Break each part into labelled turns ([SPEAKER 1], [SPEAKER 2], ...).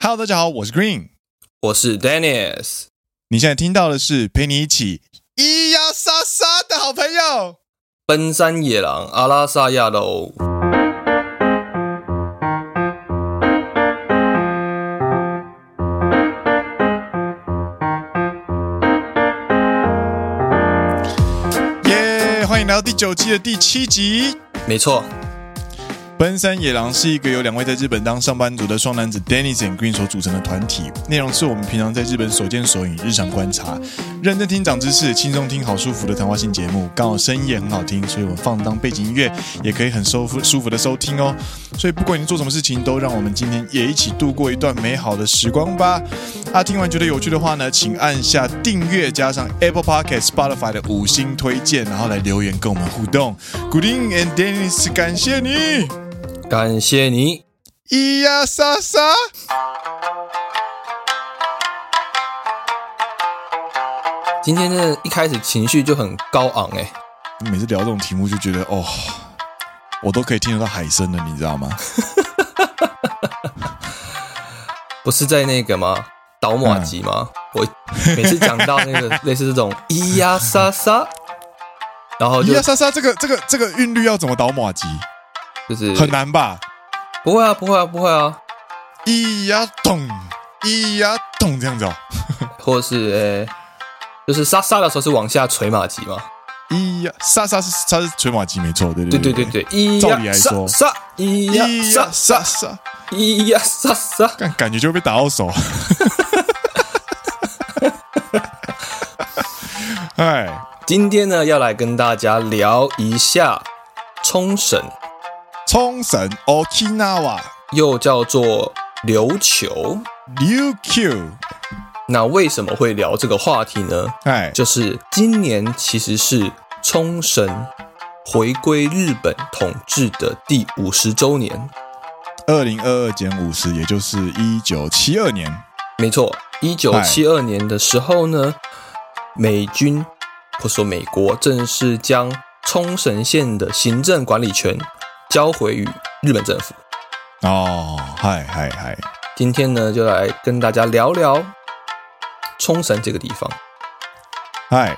[SPEAKER 1] Hello，大家好，我是 Green。
[SPEAKER 2] 我是 Dennis，
[SPEAKER 1] 你现在听到的是陪你一起咿呀沙沙的好朋友。
[SPEAKER 2] 奔山野狼阿拉萨亚喽。
[SPEAKER 1] 耶、欢迎来到第九季的第七集。
[SPEAKER 2] 没错，
[SPEAKER 1] 奔山野狼是一个由两位在日本当上班族的双男子 Dennis and Green 所组成的团体，内容是我们平常在日本所见所闻、日常观察，认真听长知识，轻松听好舒服的谈话性节目。刚好深夜很好听，所以我们放当背景音乐也可以很舒服舒服的收听哦。所以不管你做什么事情，都让我们今天也一起度过一段美好的时光吧。啊，听完觉得有趣的话呢，请按下订阅，加上 Apple Podcast、Spotify 的五星推荐，然后来留言跟我们互动。Green and Dennis，感谢你。
[SPEAKER 2] 感谢你。
[SPEAKER 1] 咿呀沙沙。
[SPEAKER 2] 今天真的一开始情绪就很高昂哎、
[SPEAKER 1] 每次聊这种题目就觉得哦，我都可以听得到海声了，你知道吗？
[SPEAKER 2] 不是在那个吗？倒马集吗？
[SPEAKER 1] 嗯
[SPEAKER 2] 我每次讲到那个 类似这种咿呀沙沙，然后
[SPEAKER 1] 咿
[SPEAKER 2] 哦就
[SPEAKER 1] 呀沙沙，这个这个这个韵律要怎么倒马吉？
[SPEAKER 2] 就是
[SPEAKER 1] 很难吧？
[SPEAKER 2] 不会啊，不会啊，不会啊，
[SPEAKER 1] 咿呀咚，咿呀咚，这样子哦。
[SPEAKER 2] 或者是呃、就是沙沙的时候是往下垂马吉嘛？
[SPEAKER 1] 咿呀沙沙是它是吹马吉没错，对
[SPEAKER 2] 对
[SPEAKER 1] 对
[SPEAKER 2] 对对对，咿
[SPEAKER 1] 照
[SPEAKER 2] 呀
[SPEAKER 1] 理来
[SPEAKER 2] 沙
[SPEAKER 1] 说
[SPEAKER 2] 沙，咿呀
[SPEAKER 1] 咿
[SPEAKER 2] 沙
[SPEAKER 1] 呀沙
[SPEAKER 2] 沙，
[SPEAKER 1] 沙，
[SPEAKER 2] 咿呀沙沙。
[SPEAKER 1] 感感觉就会被打到手。 哎，
[SPEAKER 2] 今天呢，要来跟大家聊一下冲绳，
[SPEAKER 1] 冲绳 Okinawa
[SPEAKER 2] 又叫做琉球。
[SPEAKER 1] UQ，
[SPEAKER 2] 那为什么会聊这个话题呢？
[SPEAKER 1] 哎，
[SPEAKER 2] 就是今年其实是冲绳回归日本统治的第五十周年，
[SPEAKER 1] 二零二二减五十，也就是一九七二年。
[SPEAKER 2] 没错，一九七二年的时候呢，美军或说美国正式将冲绳县的行政管理权交回于日本政府。
[SPEAKER 1] 哦，嗨嗨嗨，
[SPEAKER 2] 今天呢，就来跟大家聊聊冲绳这个地方。
[SPEAKER 1] 嗨，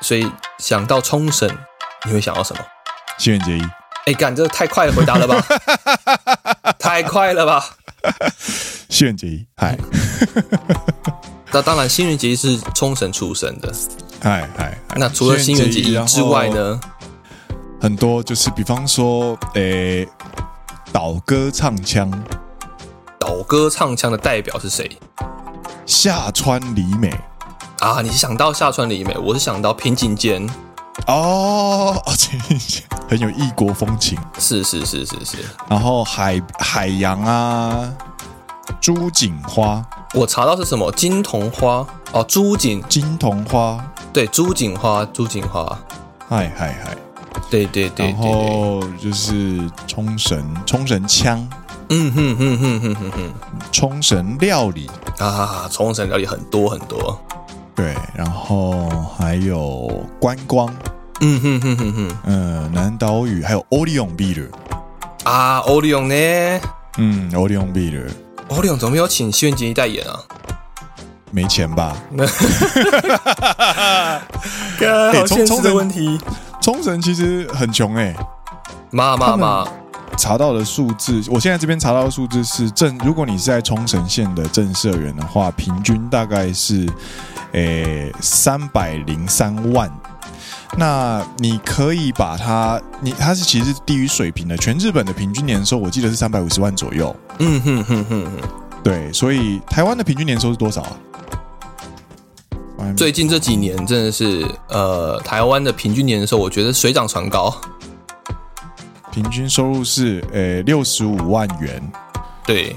[SPEAKER 2] 所以想到冲绳，你会想到什么？
[SPEAKER 1] 西元结衣。
[SPEAKER 2] 哎，干，这太快的回答了吧？太快了吧？
[SPEAKER 1] 西元结衣，嗨
[SPEAKER 2] 那当然，新垣结衣是冲绳出生的。
[SPEAKER 1] 嗨嗨。嗨
[SPEAKER 2] 那除了新垣结衣之外，
[SPEAKER 1] 然后
[SPEAKER 2] 呢？
[SPEAKER 1] 很多就是比方说，诶，岛歌唱腔
[SPEAKER 2] 岛歌唱腔的代表是谁
[SPEAKER 1] 下川里美。
[SPEAKER 2] 啊？你是想到下川里美，我是想到平井坚。
[SPEAKER 1] 哦，哦， 这很有异国风情。
[SPEAKER 2] 是是是是是，
[SPEAKER 1] 然后海海洋啊，朱槿花、
[SPEAKER 2] 我查到是什么金桐花哦，朱槿
[SPEAKER 1] 金桐花，
[SPEAKER 2] 对朱槿花朱槿花，
[SPEAKER 1] 嗨嗨嗨。
[SPEAKER 2] 对对对对
[SPEAKER 1] 然
[SPEAKER 2] 对，
[SPEAKER 1] 后就是冲绳冲绳腔、
[SPEAKER 2] 嗯哼哼哼哼哼哼
[SPEAKER 1] 冲绳料理，
[SPEAKER 2] 啊，冲绳料理很多很多，
[SPEAKER 1] 对，然后还有观光，
[SPEAKER 2] 嗯哼哼哼哼。
[SPEAKER 1] 嗯、南岛语，还有 Orion Beer，
[SPEAKER 2] 啊，欧利永呢？
[SPEAKER 1] 嗯，Orion Beer
[SPEAKER 2] 欧利永怎么没有请轩杰代言啊？
[SPEAKER 1] 没钱吧？
[SPEAKER 2] 哎
[SPEAKER 1] 好现实的问
[SPEAKER 2] 题。
[SPEAKER 1] 冲绳其实很穷哎、
[SPEAKER 2] 妈妈妈，
[SPEAKER 1] 查到的数字，我现在这边查到的数字是正，如果你是在冲绳县的正社员的话，平均大概是，诶三百零三万。那你可以把它，你它是其实是低于水平的，全日本的平均年收我记得是三百五十万左右。
[SPEAKER 2] 嗯哼哼哼哼。
[SPEAKER 1] 对，所以台湾的平均年收是多少啊？
[SPEAKER 2] 最近这几年真的是，呃，台湾的平均年收，我觉得水涨船高。
[SPEAKER 1] 平均收入是诶六十五万元，
[SPEAKER 2] 对，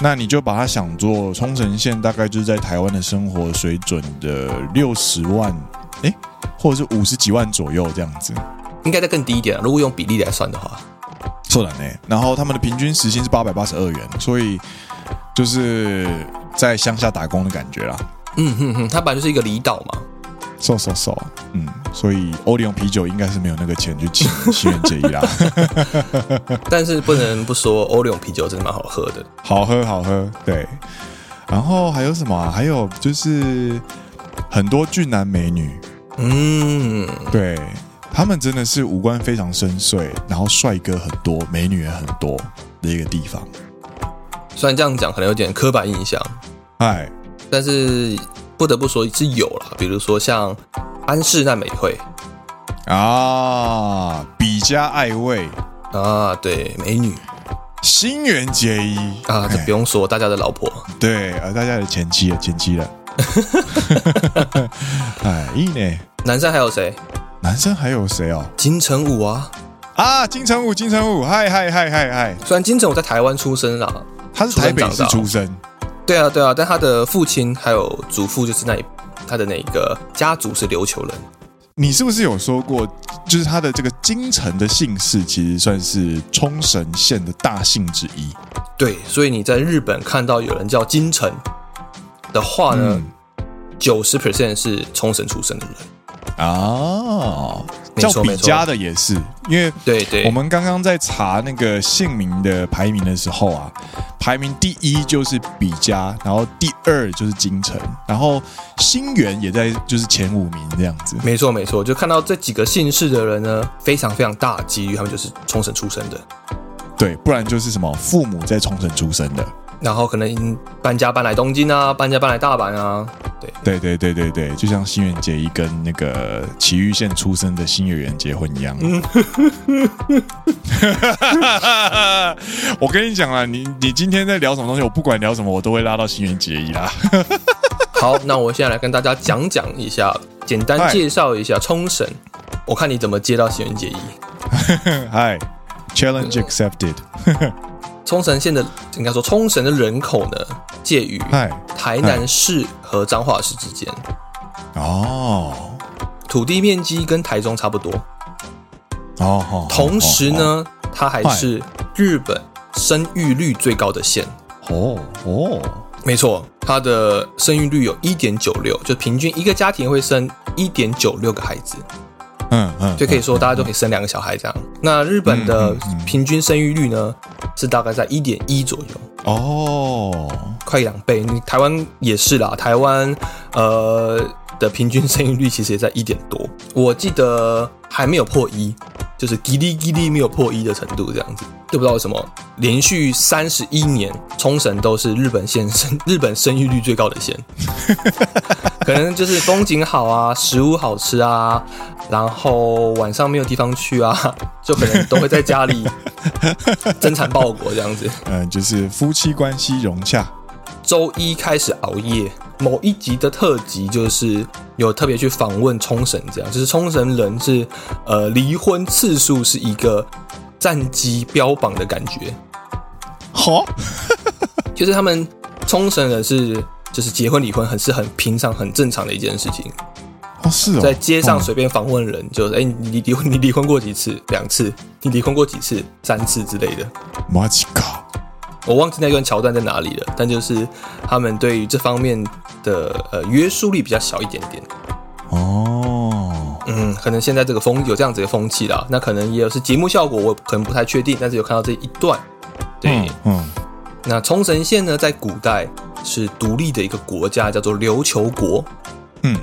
[SPEAKER 1] 那你就把它想做冲绳县大概就是在台湾的生活水准的六十万，诶，或者是五十几万左右这样子。
[SPEAKER 2] 应该再更低一点啊，如果用比例来算的话。
[SPEAKER 1] そうだね。然后他们的平均时薪是八百八十二元，所以就是在乡下打工的感觉啦。
[SPEAKER 2] 嗯哼哼，它本来就是一个离岛嘛。
[SPEAKER 1] 瘦瘦瘦，嗯，所以欧利用啤酒应该是没有那个钱去请 西园结衣啦，
[SPEAKER 2] 但是不能不说，欧利永啤酒真的蛮好喝的。
[SPEAKER 1] 好喝好喝，对。然后还有什么啊？还有就是很多俊男美女，
[SPEAKER 2] 嗯，
[SPEAKER 1] 对他们真的是五官非常深邃，然后帅哥很多，美女也很多的一个地方。
[SPEAKER 2] 虽然这样讲可能有点刻板印象，
[SPEAKER 1] 哎，
[SPEAKER 2] 但是不得不说是有啦，比如说像安室奈美惠
[SPEAKER 1] 啊，比嘉爱味，
[SPEAKER 2] 啊，对，美女
[SPEAKER 1] 新垣结衣
[SPEAKER 2] 啊，这
[SPEAKER 1] 哎
[SPEAKER 2] 不用说，大家的老婆。
[SPEAKER 1] 对，呃，大家的前妻了，前妻了。 哎，一呢，
[SPEAKER 2] 男生还有谁？
[SPEAKER 1] 男生还有谁哦？
[SPEAKER 2] 金城武啊，
[SPEAKER 1] 啊，金城武，金城武，嗨嗨嗨嗨嗨，
[SPEAKER 2] 虽然金城武在台湾出生啦，
[SPEAKER 1] 他是台北市出生，
[SPEAKER 2] 对啊对啊，但他的父亲还有祖父就是那一他的那个家族是琉球人，
[SPEAKER 1] 你是不是有说过，就是他的这个金城的姓氏其实算是冲绳县的大姓之一？
[SPEAKER 2] 对，所以你在日本看到有人叫金城的话呢，
[SPEAKER 1] 嗯
[SPEAKER 2] 九十 percent 是冲绳出生的人，
[SPEAKER 1] 啊，
[SPEAKER 2] 没
[SPEAKER 1] 叫
[SPEAKER 2] 错
[SPEAKER 1] 比嘉的也是，因为
[SPEAKER 2] 对对，
[SPEAKER 1] 我们刚刚在查那个姓名的排名的时候啊，排名第一就是比嘉，然后第二就是京城，然后新源也在就是前五名这样子。
[SPEAKER 2] 没错没错，就看到这几个姓氏的人呢，非常非常大几率他们就是冲绳出生的，
[SPEAKER 1] 对，不然就是什么父母在冲绳出生的。
[SPEAKER 2] 然后可能搬家搬来东京啊，搬家搬来大阪 啊，
[SPEAKER 1] 对对对对对，就像新垣结衣跟那个崎玉县出生的新月园结婚一样。 我跟你讲啊，你你今天在聊什么东西，我不管聊什么，我都会拉到新垣结衣啦。
[SPEAKER 2] 好，那我现在来跟大家讲讲一下，简单
[SPEAKER 1] 嗨
[SPEAKER 2] 介绍一下冲绳。我看你怎么接到新垣结衣。
[SPEAKER 1] 嗨，challenge accepted。
[SPEAKER 2] 冲绳县的，应该说冲绳的人口呢，介于
[SPEAKER 1] 嗨，
[SPEAKER 2] 台南市和彰化市之间，
[SPEAKER 1] 哦，
[SPEAKER 2] 土地面积跟台中差不多。
[SPEAKER 1] 哦，哦
[SPEAKER 2] 同时，呢，它还
[SPEAKER 1] 嗨
[SPEAKER 2] 是日本生育率最高的县。
[SPEAKER 1] 哦哦，
[SPEAKER 2] 没错，它的生育率有1.96，就平均一个家庭会生1.96个孩子。
[SPEAKER 1] 嗯嗯，
[SPEAKER 2] 就可以说大家都可以生两个小孩这样。那日本的平均生育率呢，是大概在一点一左右，
[SPEAKER 1] 嗯哦，
[SPEAKER 2] 快两倍。你台湾也是啦，台湾呃的平均生育率其实也在一点多，我记得还没有破一。就是叽哩叽哩没有破一的程度，这样子，就不知道为什么连续三十一年，冲绳都是日本县生 日本生育率最高的县， 可能就是风景好啊，食物好吃啊，然后晚上没有地方去啊，就可能都会在家里 增产报国这样子。
[SPEAKER 1] 嗯，就是夫妻关系融洽，
[SPEAKER 2] 周一开始熬夜，某一集的特辑就是有特别去访问冲绳，这样就是冲绳人是呃离婚次数是一个战绩标榜的感觉，
[SPEAKER 1] 好，
[SPEAKER 2] 就是他们冲绳人是就是结婚离婚很是很平常很正常的一件事情，
[SPEAKER 1] 哦是哦，
[SPEAKER 2] 在街上
[SPEAKER 1] 哦
[SPEAKER 2] 随便访问人，就是哎、诶你你离婚你离婚过几次？两次？你离婚过几次？三次之类的。
[SPEAKER 1] 马吉卡，
[SPEAKER 2] 我忘记那段桥段在哪里了，但就是他们对于这方面的呃约束力比较小一点点。
[SPEAKER 1] 哦，
[SPEAKER 2] 嗯，可能现在这个风有这样子的风气啦，那可能也有是节目效果，我可能不太确定，但是有看到这一段。对，
[SPEAKER 1] 嗯嗯，
[SPEAKER 2] 那冲绳县呢，在古代是独立的一个国家，叫做琉球国。
[SPEAKER 1] 嗯，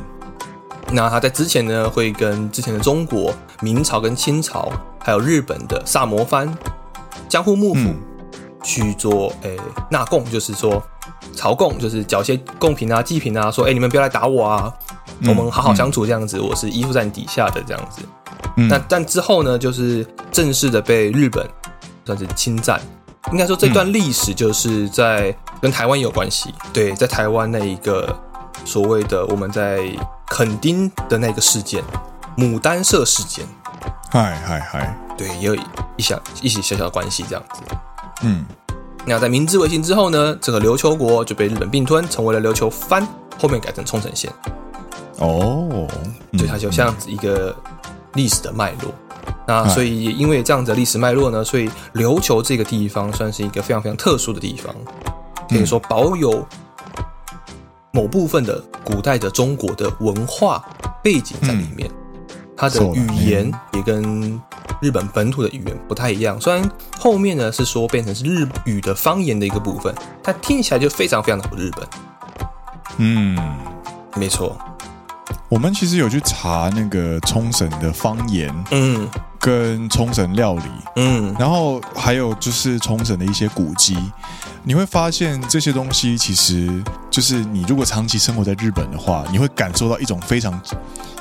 [SPEAKER 2] 那它在之前呢，会跟之前的中国、明朝跟清朝，还有日本的萨摩藩、江户幕府、
[SPEAKER 1] 嗯
[SPEAKER 2] 去做诶纳贡，就是说朝贡，就是缴些贡品啊、祭品啊，说诶你们不要来打我啊，
[SPEAKER 1] 嗯
[SPEAKER 2] 我们好好相处这样子，我是依附在你底下的这样子。
[SPEAKER 1] 嗯
[SPEAKER 2] 那但之后呢，就是正式的被日本算是侵占。应该说这段历史就是在跟台湾有关系，对，在台湾那一个所谓的我们在垦丁的那个事件，牡丹社事件，
[SPEAKER 1] 嗨嗨嗨，
[SPEAKER 2] 对，也有一小一些小小的关系这样子。
[SPEAKER 1] 嗯，
[SPEAKER 2] 那在明治维新之后呢，这个琉球国就被日本并吞，成为了琉球藩，后面改成冲绳县，
[SPEAKER 1] 哦，嗯
[SPEAKER 2] 所以它就像一个历史的脉络。那所以也因为这样子的历史脉络呢，所以琉球这个地方算是一个非常非常特殊的地方，可以说保有某部分的古代的中国的文化背景在里面，它的
[SPEAKER 1] そうだ
[SPEAKER 2] 语
[SPEAKER 1] ね
[SPEAKER 2] 言也跟日本本土的语言不太一样。虽然后面呢是说变成是日语的方言的一个部分，但听起来就非常非常的不日本。
[SPEAKER 1] 嗯。
[SPEAKER 2] 没错，
[SPEAKER 1] 我们其实有去查那个冲绳的方言
[SPEAKER 2] 嗯
[SPEAKER 1] 跟冲绳料理，
[SPEAKER 2] 嗯，
[SPEAKER 1] 然后还有就是冲绳的一些古迹，你会发现这些东西其实就是你如果长期生活在日本的话，你会感受到一种非常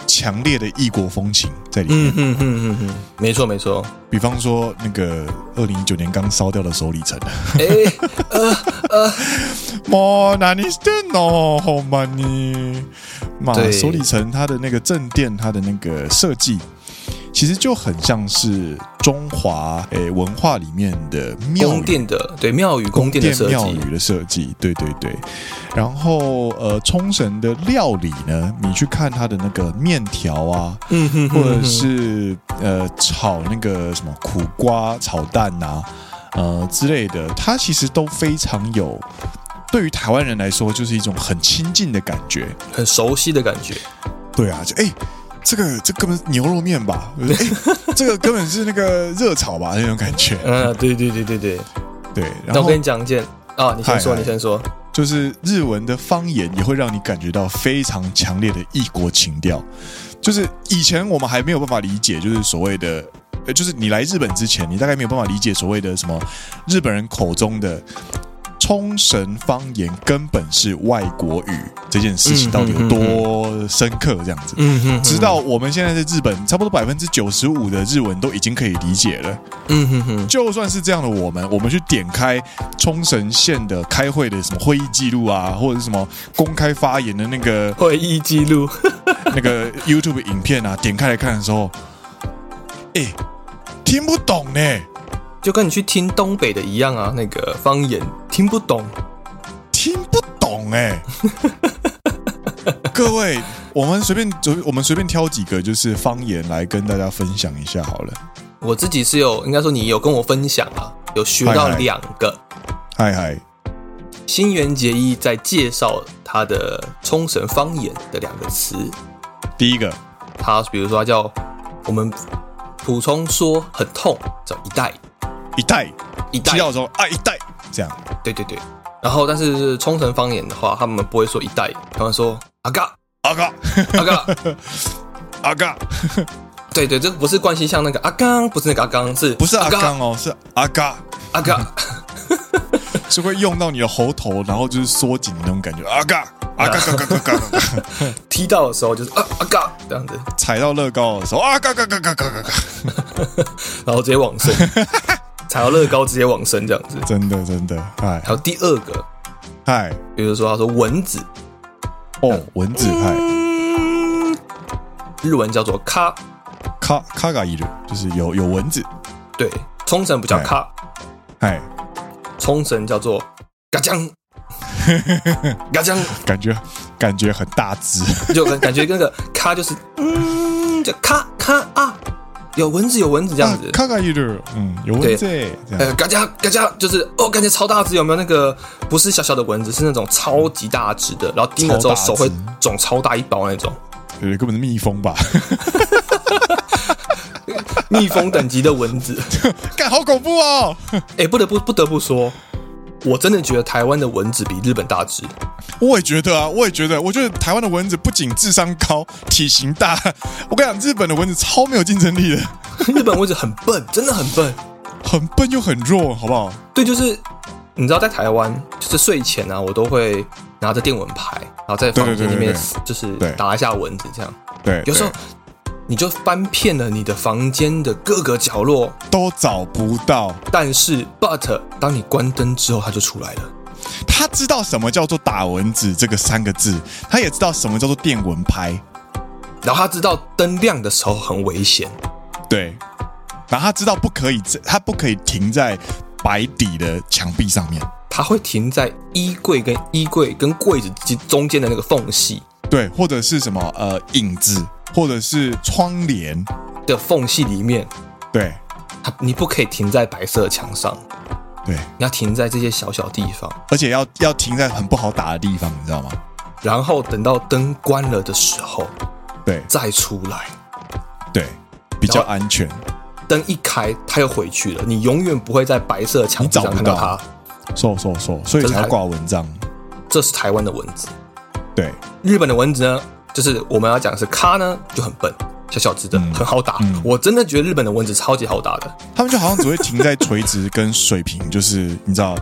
[SPEAKER 1] 强烈的异国风情在里面。
[SPEAKER 2] 嗯嗯嗯嗯嗯，没错没错。
[SPEAKER 1] 比方说那个二零一九年刚烧掉的首里城，
[SPEAKER 2] 哎、
[SPEAKER 1] 哇，哪里店哦，好嘛你，嘛
[SPEAKER 2] 对
[SPEAKER 1] 首里城它的那个正殿，它的那个设计，其实就很像是中华诶、文化里面的庙
[SPEAKER 2] 宫
[SPEAKER 1] 宇
[SPEAKER 2] 殿的对庙宇宫殿的设
[SPEAKER 1] 庙
[SPEAKER 2] 计，
[SPEAKER 1] 宇的设计，对对对。然后呃，冲绳的料理呢，你去看它的那个面条啊，
[SPEAKER 2] 嗯哼
[SPEAKER 1] 或
[SPEAKER 2] 哼
[SPEAKER 1] 者
[SPEAKER 2] 哼，
[SPEAKER 1] 是呃炒那个什么苦瓜炒蛋啊，呃之类的，它其实都非常有。对于台湾人来说，就是一种很亲近的感觉。
[SPEAKER 2] 很熟悉的感觉。
[SPEAKER 1] 对啊，就哎、这个这根本是牛肉面吧？ 哎、这个根本是那个热炒吧？那种感觉。
[SPEAKER 2] 嗯、对对对对对。
[SPEAKER 1] 对，然
[SPEAKER 2] 那我
[SPEAKER 1] 后
[SPEAKER 2] 跟你讲一件啊，你先说，
[SPEAKER 1] 嗨嗨
[SPEAKER 2] 你先说。
[SPEAKER 1] 就是日文的方言也会让你感觉到非常强烈的异国情调。就是以前我们还没有办法理解，就是所谓的，呃，就是你来日本之前，你大概没有办法理解所谓的什么日本人口中的冲绳方言根本是外国语这件事情
[SPEAKER 2] 嗯
[SPEAKER 1] 到底有
[SPEAKER 2] 嗯
[SPEAKER 1] 多深刻这样子。
[SPEAKER 2] 嗯哼
[SPEAKER 1] 直到我们现在在日本，差不多百分之九十五的日文都已经可以理解了。
[SPEAKER 2] 嗯哼哼，
[SPEAKER 1] 就算是这样的我们，我们去点开冲绳县的开会的什么会议记录啊，或者是什么公开发言的那个
[SPEAKER 2] 会议记录，
[SPEAKER 1] 那个 YouTube 影片啊，点开来看的时候，哎、听不懂呢、
[SPEAKER 2] 就跟你去听东北的一样啊，那个方言听不懂。
[SPEAKER 1] 听不懂哎、 各位，我们随便，我们随便挑几个就是方言来跟大家分享一下好了。
[SPEAKER 2] 我自己是有，应该说你有跟我分享啊，有学到
[SPEAKER 1] 嗨嗨
[SPEAKER 2] 两个。
[SPEAKER 1] 嗨嗨，
[SPEAKER 2] 新垣结衣在介绍他的冲绳方言的两个词，
[SPEAKER 1] 第一个，
[SPEAKER 2] 他比如说他叫我们普通说很痛，叫一代
[SPEAKER 1] 一代，
[SPEAKER 2] 一代
[SPEAKER 1] 提，到的时候啊，一代这样。
[SPEAKER 2] 对对对。然后但是冲绳方言的话，他们不会说一代，他们说阿嘎
[SPEAKER 1] 阿嘎
[SPEAKER 2] 阿嘎。
[SPEAKER 1] 阿嘎，
[SPEAKER 2] 对对，这个不是关西像那个阿刚，不是那个阿刚，是
[SPEAKER 1] 不是阿
[SPEAKER 2] 刚
[SPEAKER 1] 刚哦，是阿嘎。
[SPEAKER 2] 阿刚？
[SPEAKER 1] 是会用到你的喉头，然后就是缩紧的那种感觉，啊嘎啊嘎嘎嘎嘎嘎嘎，
[SPEAKER 2] 踢到的时候就是啊阿嘎这样子，
[SPEAKER 1] 踩到乐高的时候啊嘎嘎嘎嘎嘎嘎嘎，
[SPEAKER 2] 然后直接 往生，踩到乐高直接往生这样子。
[SPEAKER 1] 真的真的，哎
[SPEAKER 2] 还有第二个，
[SPEAKER 1] 嗨
[SPEAKER 2] 比如说他说蚊子，
[SPEAKER 1] 哦，蚊子嗨
[SPEAKER 2] 嗯，日文叫做咔，
[SPEAKER 1] 咔咔嘎一路，就是有有蚊子，
[SPEAKER 2] 对，冲绳不叫咔，
[SPEAKER 1] 哎，
[SPEAKER 2] 冲绳叫做嘎 将，嘎将，
[SPEAKER 1] 感觉感觉很大只，
[SPEAKER 2] 就感感觉那个咔就是嗯，就咔咔啊，有蚊子有蚊子这样
[SPEAKER 1] 啊
[SPEAKER 2] 子，
[SPEAKER 1] 咔嘎一路，嗯，有蚊子欸，这
[SPEAKER 2] 呃
[SPEAKER 1] 样，
[SPEAKER 2] 嘎吱嘎吱，就是哦，感觉超大只，有没有那个不是小小的蚊子，是那种超级大只的，然后叮了之后
[SPEAKER 1] 超大只
[SPEAKER 2] 手会肿超大一包那种，
[SPEAKER 1] 对根本是蜜蜂吧，
[SPEAKER 2] 蜜蜂等级的蚊子。
[SPEAKER 1] 干好恐怖哦，
[SPEAKER 2] 哎、不得不不得不说，我真的觉得台湾的蚊子比日本大只，
[SPEAKER 1] 我也觉得啊，我也觉得，我觉得台湾的蚊子不仅智商高，体型大，我跟你讲，日本的蚊子超没有竞争力的，
[SPEAKER 2] 日本蚊子很笨，真的很笨。
[SPEAKER 1] 很笨又很弱，好不好？
[SPEAKER 2] 对，就是你知道在台湾，就是睡前啊，我都会拿着电蚊拍，然后在房
[SPEAKER 1] 对对
[SPEAKER 2] 间里
[SPEAKER 1] 对对
[SPEAKER 2] 面
[SPEAKER 1] 对
[SPEAKER 2] 就是
[SPEAKER 1] 对
[SPEAKER 2] 打一下蚊子这样，
[SPEAKER 1] 对，
[SPEAKER 2] 有时候
[SPEAKER 1] 对。
[SPEAKER 2] 你就翻遍了你的房间的各个角落，
[SPEAKER 1] 都找不到。
[SPEAKER 2] 但是 but 当你关灯之后，它就出来了。
[SPEAKER 1] 他知道什么叫做打蚊子这个三个字，他也知道什么叫做电蚊拍，
[SPEAKER 2] 然后他知道灯亮的时候很危险，
[SPEAKER 1] 对。然后他知道不可以在，他不可以停在白底的墙壁上面，
[SPEAKER 2] 他会停在衣柜跟衣柜跟柜子之中间的那个缝隙
[SPEAKER 1] 对，或者是什么呃影子，或者是窗帘，
[SPEAKER 2] 的缝隙里面，
[SPEAKER 1] 对
[SPEAKER 2] 他你不可以停在白色的墙上，
[SPEAKER 1] 对，
[SPEAKER 2] 你要停在这些小小地方。
[SPEAKER 1] 而且要要停在很不好打的地方，你知道吗？
[SPEAKER 2] 然后等到灯关了的时候，
[SPEAKER 1] 对
[SPEAKER 2] 再出来。
[SPEAKER 1] 对，比较安全。
[SPEAKER 2] 灯一开，它又回去了，你永远不会在白色的墙壁上
[SPEAKER 1] 你找
[SPEAKER 2] 看
[SPEAKER 1] 不到
[SPEAKER 2] 到它。
[SPEAKER 1] 瘦瘦瘦，所以
[SPEAKER 2] 真的
[SPEAKER 1] 才要
[SPEAKER 2] 还
[SPEAKER 1] 挂蚊帐。
[SPEAKER 2] 这是台湾的蚊子，
[SPEAKER 1] 对，
[SPEAKER 2] 日本的蚊子呢，就是我们要讲的是咖呢就很笨，小小只的、很好打、我真的觉得日本的蚊子超级好打的，
[SPEAKER 1] 他们就好像只会停在垂直跟水平，就是你知道，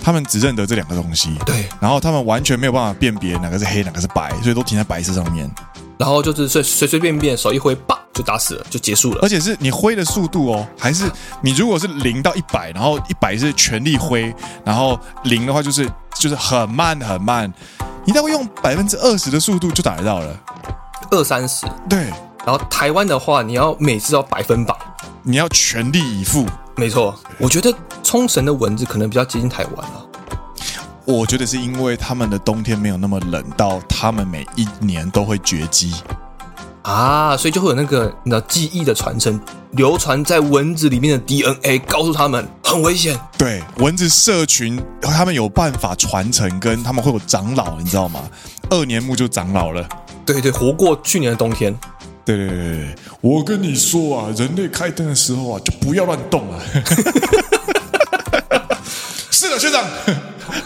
[SPEAKER 1] 他们只认得这两个东西。
[SPEAKER 2] 对。
[SPEAKER 1] 然后他们完全没有办法辨别哪个是黑，哪个是白，所以都停在白色上面。
[SPEAKER 2] 然后就是随随随便便手一挥，叭就打死了，就结束了
[SPEAKER 1] 而。且是你挥的速度哦，还是你如果是零到一百，然后一百是全力挥，然后零的话就是就是很慢很慢，你大概用百分之二十的速度就打得到了。
[SPEAKER 2] 二三十，
[SPEAKER 1] 对，
[SPEAKER 2] 然后台湾的话，你要每次都要百分百，
[SPEAKER 1] 你要全力以赴。
[SPEAKER 2] 没错。我觉得冲绳的蚊子可能比较接近台湾啊，
[SPEAKER 1] 我觉得是因为他们的冬天没有那么冷到他们每一年都会绝迹。
[SPEAKER 2] 啊，所以就会有那个你知道记忆的传承，流传在蚊子里面的 DNA，告诉他们很危险。
[SPEAKER 1] 对，蚊子社群他们有办法传承，跟他们会有长老，你知道吗？二年目就长老了。
[SPEAKER 2] 对对，活过去年的冬天，
[SPEAKER 1] 对对对对对，我跟你说啊，人类开灯的时候啊，就不要乱动啊。 是的，学长。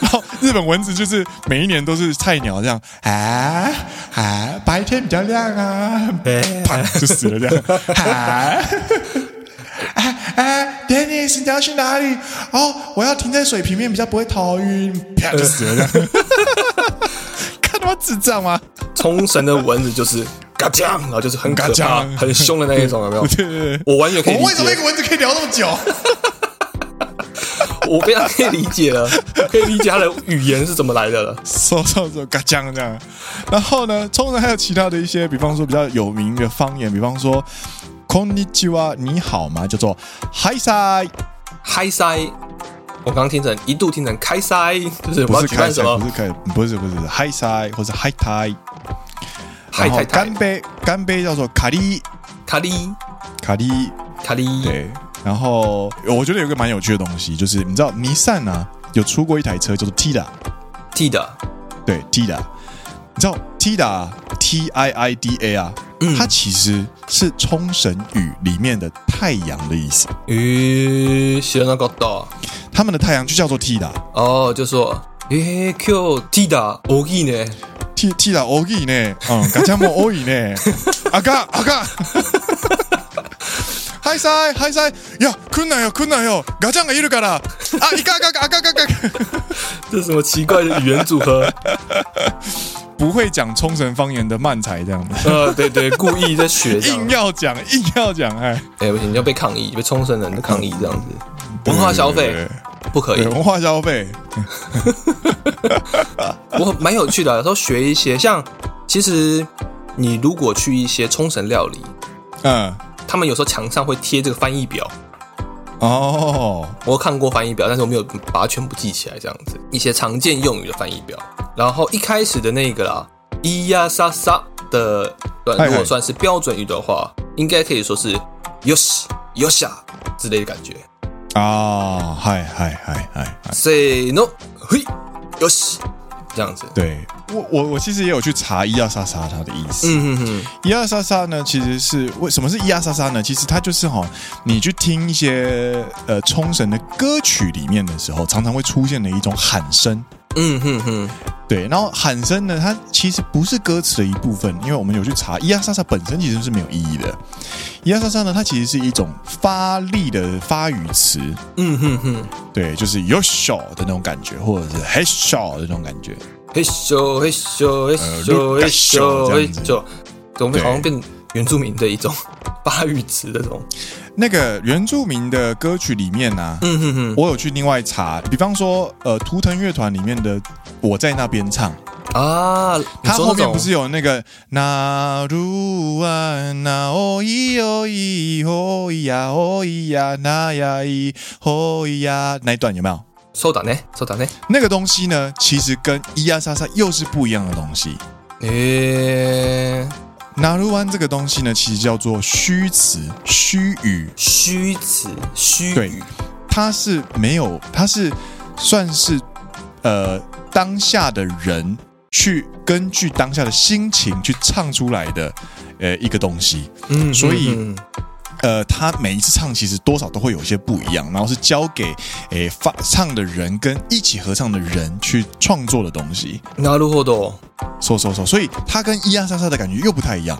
[SPEAKER 1] 然后日本蚊子就是每一年都是菜鸟这样啊啊，白天比较亮啊，
[SPEAKER 2] 哎
[SPEAKER 1] 啪就死了这样 啊。啊啊，Dennis，你要去哪里？哦，我要停在水平面，比较不会头晕，啪就死了这样。 看他妈智障吗？
[SPEAKER 2] 冲绳的蚊子就是嘎将，然后就是很可
[SPEAKER 1] 嘎
[SPEAKER 2] 怕
[SPEAKER 1] 将、
[SPEAKER 2] 很凶的那一种，有没 有？
[SPEAKER 1] 对对对，
[SPEAKER 2] 我完全可以
[SPEAKER 1] 我
[SPEAKER 2] 理
[SPEAKER 1] 为什么一
[SPEAKER 2] 解，
[SPEAKER 1] 个蚊子可以聊那么久？
[SPEAKER 2] 我非常可以理解了，可以理解它的语言是怎么来的了。
[SPEAKER 1] 嗖嗖嗖，嘎将这样。然后呢，冲绳还有其他的一些，比方说比较有名的方言，比方说“こんにちは”，你好吗？叫做“嗨塞
[SPEAKER 2] 嗨塞，我刚刚听成一度听成开塞，就是”，我
[SPEAKER 1] 不
[SPEAKER 2] 要
[SPEAKER 1] 是
[SPEAKER 2] 举
[SPEAKER 1] 开
[SPEAKER 2] 办
[SPEAKER 1] 塞，
[SPEAKER 2] 什
[SPEAKER 1] 不
[SPEAKER 2] 么
[SPEAKER 1] 是开，不是不是嗨塞，或是嗨台。
[SPEAKER 2] 嗨
[SPEAKER 1] 然后
[SPEAKER 2] 太太
[SPEAKER 1] 干杯，干杯叫做卡利
[SPEAKER 2] 卡利
[SPEAKER 1] 卡利，
[SPEAKER 2] 卡利，
[SPEAKER 1] 对。然后我觉得有一个蛮有趣的东西，就是你知道弥散啊，有出过一台车叫做 Tida，
[SPEAKER 2] 记得
[SPEAKER 1] 对 Tida，你知道 Tida T I I D A 啊，
[SPEAKER 2] 嗯
[SPEAKER 1] 它其实是冲绳语里面的太阳的意思。
[SPEAKER 2] 咦，知らなかった。
[SPEAKER 1] 他们的太阳就叫做 Tida，Tida
[SPEAKER 2] 哦，就说诶，今日ティダ大きいね。
[SPEAKER 1] Tida o g 呢，嗯，ガチャモ o 呢，阿嘎阿嘎，嗨塞嗨塞，呀，来んなよ来んなよ，ガチャンがいるから、啊，いかががががが。
[SPEAKER 2] 这是什么奇怪的语言组合？
[SPEAKER 1] 不会讲冲绳方言的漫才这样子，
[SPEAKER 2] 呃，对对，故意在学这样
[SPEAKER 1] 硬。要讲硬要讲，哎，
[SPEAKER 2] 哎、不行，你要被抗议，被冲绳人的抗议这样子。文化消
[SPEAKER 1] 对
[SPEAKER 2] 费
[SPEAKER 1] 对
[SPEAKER 2] 不可以
[SPEAKER 1] 对，文化消费，
[SPEAKER 2] 我蛮有趣的啊。有时候学一些，像其实你如果去一些冲绳料理，
[SPEAKER 1] 嗯，
[SPEAKER 2] 他们有时候墙上会贴这个翻译表，
[SPEAKER 1] 哦，
[SPEAKER 2] 我有看过翻译表，但是我没有把它全部记起来，这样子一些常见用语的翻译表。然后一开始的那个啦，咿呀沙沙的，呃
[SPEAKER 1] 嗨嗨
[SPEAKER 2] 如果算是标准语的话，应该可以说 是 yosh yosha 之类的感觉。
[SPEAKER 1] 啊，嗨嗨嗨嗨嗨，
[SPEAKER 2] say no 嘿 yosh 这样子。
[SPEAKER 1] 对我我我其实也有去查伊亚莎莎它的意思。
[SPEAKER 2] 嗯哼哼，
[SPEAKER 1] 伊亚莎莎呢，其实是为什么是伊亚莎莎呢？其实它就是哈、你去听一些呃冲绳的歌曲里面的时候，常常会出现的一种喊声。
[SPEAKER 2] 嗯哼哼，
[SPEAKER 1] 对，然后喊声呢，它其实不是歌词的一部分，因为我们有去查伊亚莎莎本身其实是没有意义的。伊亚莎莎呢，它其实是一种发力的发语词，
[SPEAKER 2] 嗯哼哼，
[SPEAKER 1] 对，就是 yosho 的那种感觉，或者是 hesho 的那种感觉。
[SPEAKER 2] 嘿咻嘿咻嘿
[SPEAKER 1] 呃
[SPEAKER 2] 咻嘿
[SPEAKER 1] ，look at you，
[SPEAKER 2] 咻
[SPEAKER 1] 这
[SPEAKER 2] 嘿
[SPEAKER 1] 样子
[SPEAKER 2] 咻，怎么
[SPEAKER 1] 对
[SPEAKER 2] 好像变原住民的一种 发语词的这种？
[SPEAKER 1] 那个原住民的歌曲里面呢、
[SPEAKER 2] 嗯哼哼，
[SPEAKER 1] 我有去另外查，比方说，呃，图腾乐团里面的《我在那边唱》，
[SPEAKER 2] 啊，你
[SPEAKER 1] 它
[SPEAKER 2] 说
[SPEAKER 1] 后
[SPEAKER 2] 那
[SPEAKER 1] 面
[SPEAKER 2] 种
[SPEAKER 1] 不是有那个那如啊那哦咿哦咿哦咿呀哦咿呀那呀咿哦咿呀那一段有没有？
[SPEAKER 2] そうだね，そうだね。
[SPEAKER 1] 那个东西呢，其实跟咿呀莎莎又是不一样的东西。
[SPEAKER 2] 诶，
[SPEAKER 1] 那如湾这个东西呢，其实叫做虚词、虚语，
[SPEAKER 2] 虚词、虚
[SPEAKER 1] 对
[SPEAKER 2] 语，
[SPEAKER 1] 它是没有，它是算是呃当下的人去根据当下的心情去唱出来的呃一个东西。
[SPEAKER 2] 嗯
[SPEAKER 1] 所以
[SPEAKER 2] 嗯嗯
[SPEAKER 1] 呃，他每一次唱其实多少都会有一些不一样，然后是交给诶发唱的人跟一起合唱的人去创作的东西。
[SPEAKER 2] なるほど。
[SPEAKER 1] 说说说，所以他跟伊亚莎莎的感觉又不太一样。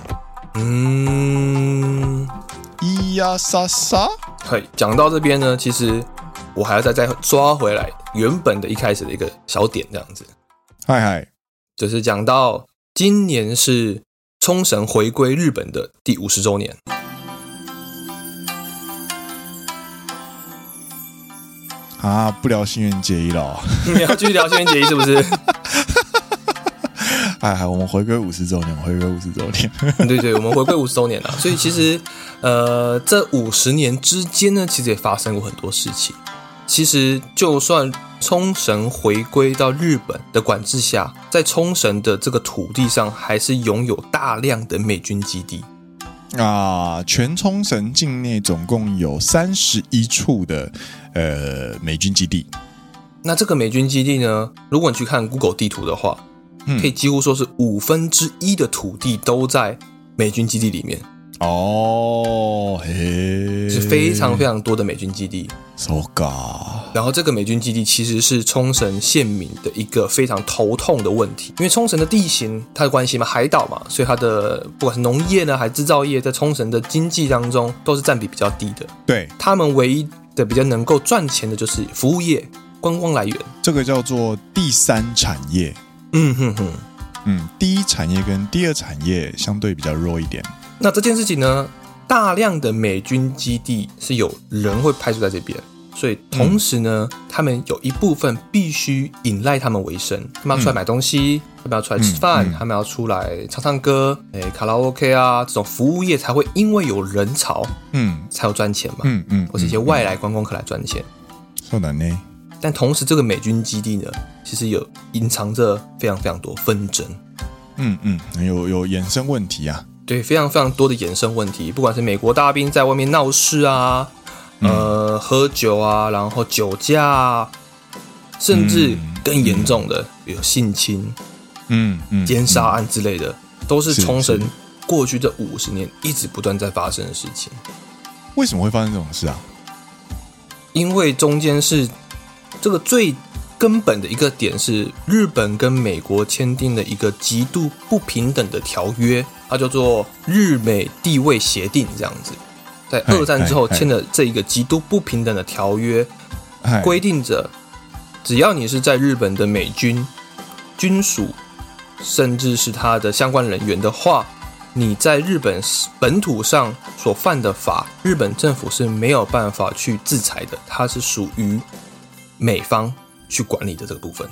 [SPEAKER 2] 嗯，
[SPEAKER 1] 伊亚莎莎，
[SPEAKER 2] 嘿，讲到这边呢，其实我还要再再抓回来原本的一开始的一个小点，这样子，
[SPEAKER 1] 嗨嗨，
[SPEAKER 2] 就是讲到今年是冲绳回归日本的第五十周年。
[SPEAKER 1] 啊，不聊新垣结衣了、哦。
[SPEAKER 2] 你要继续聊轩辕结衣是不是？
[SPEAKER 1] 哎嗨，我们回归五十周年，回归五十周年。
[SPEAKER 2] 对对，我们回归五十周年了，所以其实呃，这五十年之间呢，其实也发生过很多事情。其实就算冲绳回归到日本的管制下，在冲绳的这个土地上，还是拥有大量的美军基地。
[SPEAKER 1] 啊，全冲绳境内总共有三十一处的呃美军基地。
[SPEAKER 2] 那这个美军基地呢，如果你去看 Google 地图的话，
[SPEAKER 1] 嗯
[SPEAKER 2] 可以几乎说是五分之一的土地都在美军基地里面，
[SPEAKER 1] 哦，嘿，
[SPEAKER 2] 是非常非常多的美军基地。
[SPEAKER 1] so ga
[SPEAKER 2] 然后这个美军基地其实是冲绳县民的一个非常头痛的问题，因为冲绳的地形它的关系嘛，海岛嘛，所以它的不管是农业啊呢还是制造业，在冲绳的经济当中都是占比比较低的。
[SPEAKER 1] 对，
[SPEAKER 2] 他们唯一的比较能够赚钱的就是服务业、观光来源。
[SPEAKER 1] 这个叫做第三产业。
[SPEAKER 2] 嗯哼哼。
[SPEAKER 1] 嗯，第一产业跟第二产业相对比较弱一点。
[SPEAKER 2] 那这件事情呢，大量的美军基地是有人会派驻在这边，所以同时呢，
[SPEAKER 1] 嗯
[SPEAKER 2] 他们有一部分必须依赖他们为生，他们要出来买东西，他们要出来吃饭，
[SPEAKER 1] 嗯嗯
[SPEAKER 2] 他们要出来唱唱歌，诶、卡拉 OK 啊，这种服务业才会因为有人潮
[SPEAKER 1] 嗯
[SPEAKER 2] 才有赚钱嘛，
[SPEAKER 1] 嗯嗯，
[SPEAKER 2] 或是一些
[SPEAKER 1] 嗯
[SPEAKER 2] 外来观光客来赚钱。
[SPEAKER 1] そうだね。
[SPEAKER 2] 但同时，这个美军基地呢，其实有隐藏着非常非常多纷争。
[SPEAKER 1] 嗯嗯，有有衍生问题啊。
[SPEAKER 2] 对，非常非常多的衍生问题，不管是美国大兵在外面闹事啊，
[SPEAKER 1] 嗯
[SPEAKER 2] 呃，喝酒啊，然后酒驾啊，甚至更严重的，比如性侵、
[SPEAKER 1] 嗯嗯，
[SPEAKER 2] 奸杀案之类的，都是
[SPEAKER 1] 是
[SPEAKER 2] 冲绳
[SPEAKER 1] 是
[SPEAKER 2] 过去这五十年一直不断在发生的事情。
[SPEAKER 1] 嗯为什么会发生这种事啊？
[SPEAKER 2] 因为中间是这个最根本的一个点是，日本跟美国签订了一个极度不平等的条约，它叫做《日美地位协定》这样子。在
[SPEAKER 1] 嗨
[SPEAKER 2] 二战之后
[SPEAKER 1] 嗨嗨
[SPEAKER 2] 签了这一个极度不平等的条约，
[SPEAKER 1] 哎，
[SPEAKER 2] 规定着只要你是在日本的美军军属，甚至是他的相关人员的话，你在日本本土上所犯的法，日本政府是没有办法去制裁的，它是属于美方去管理的这个部分。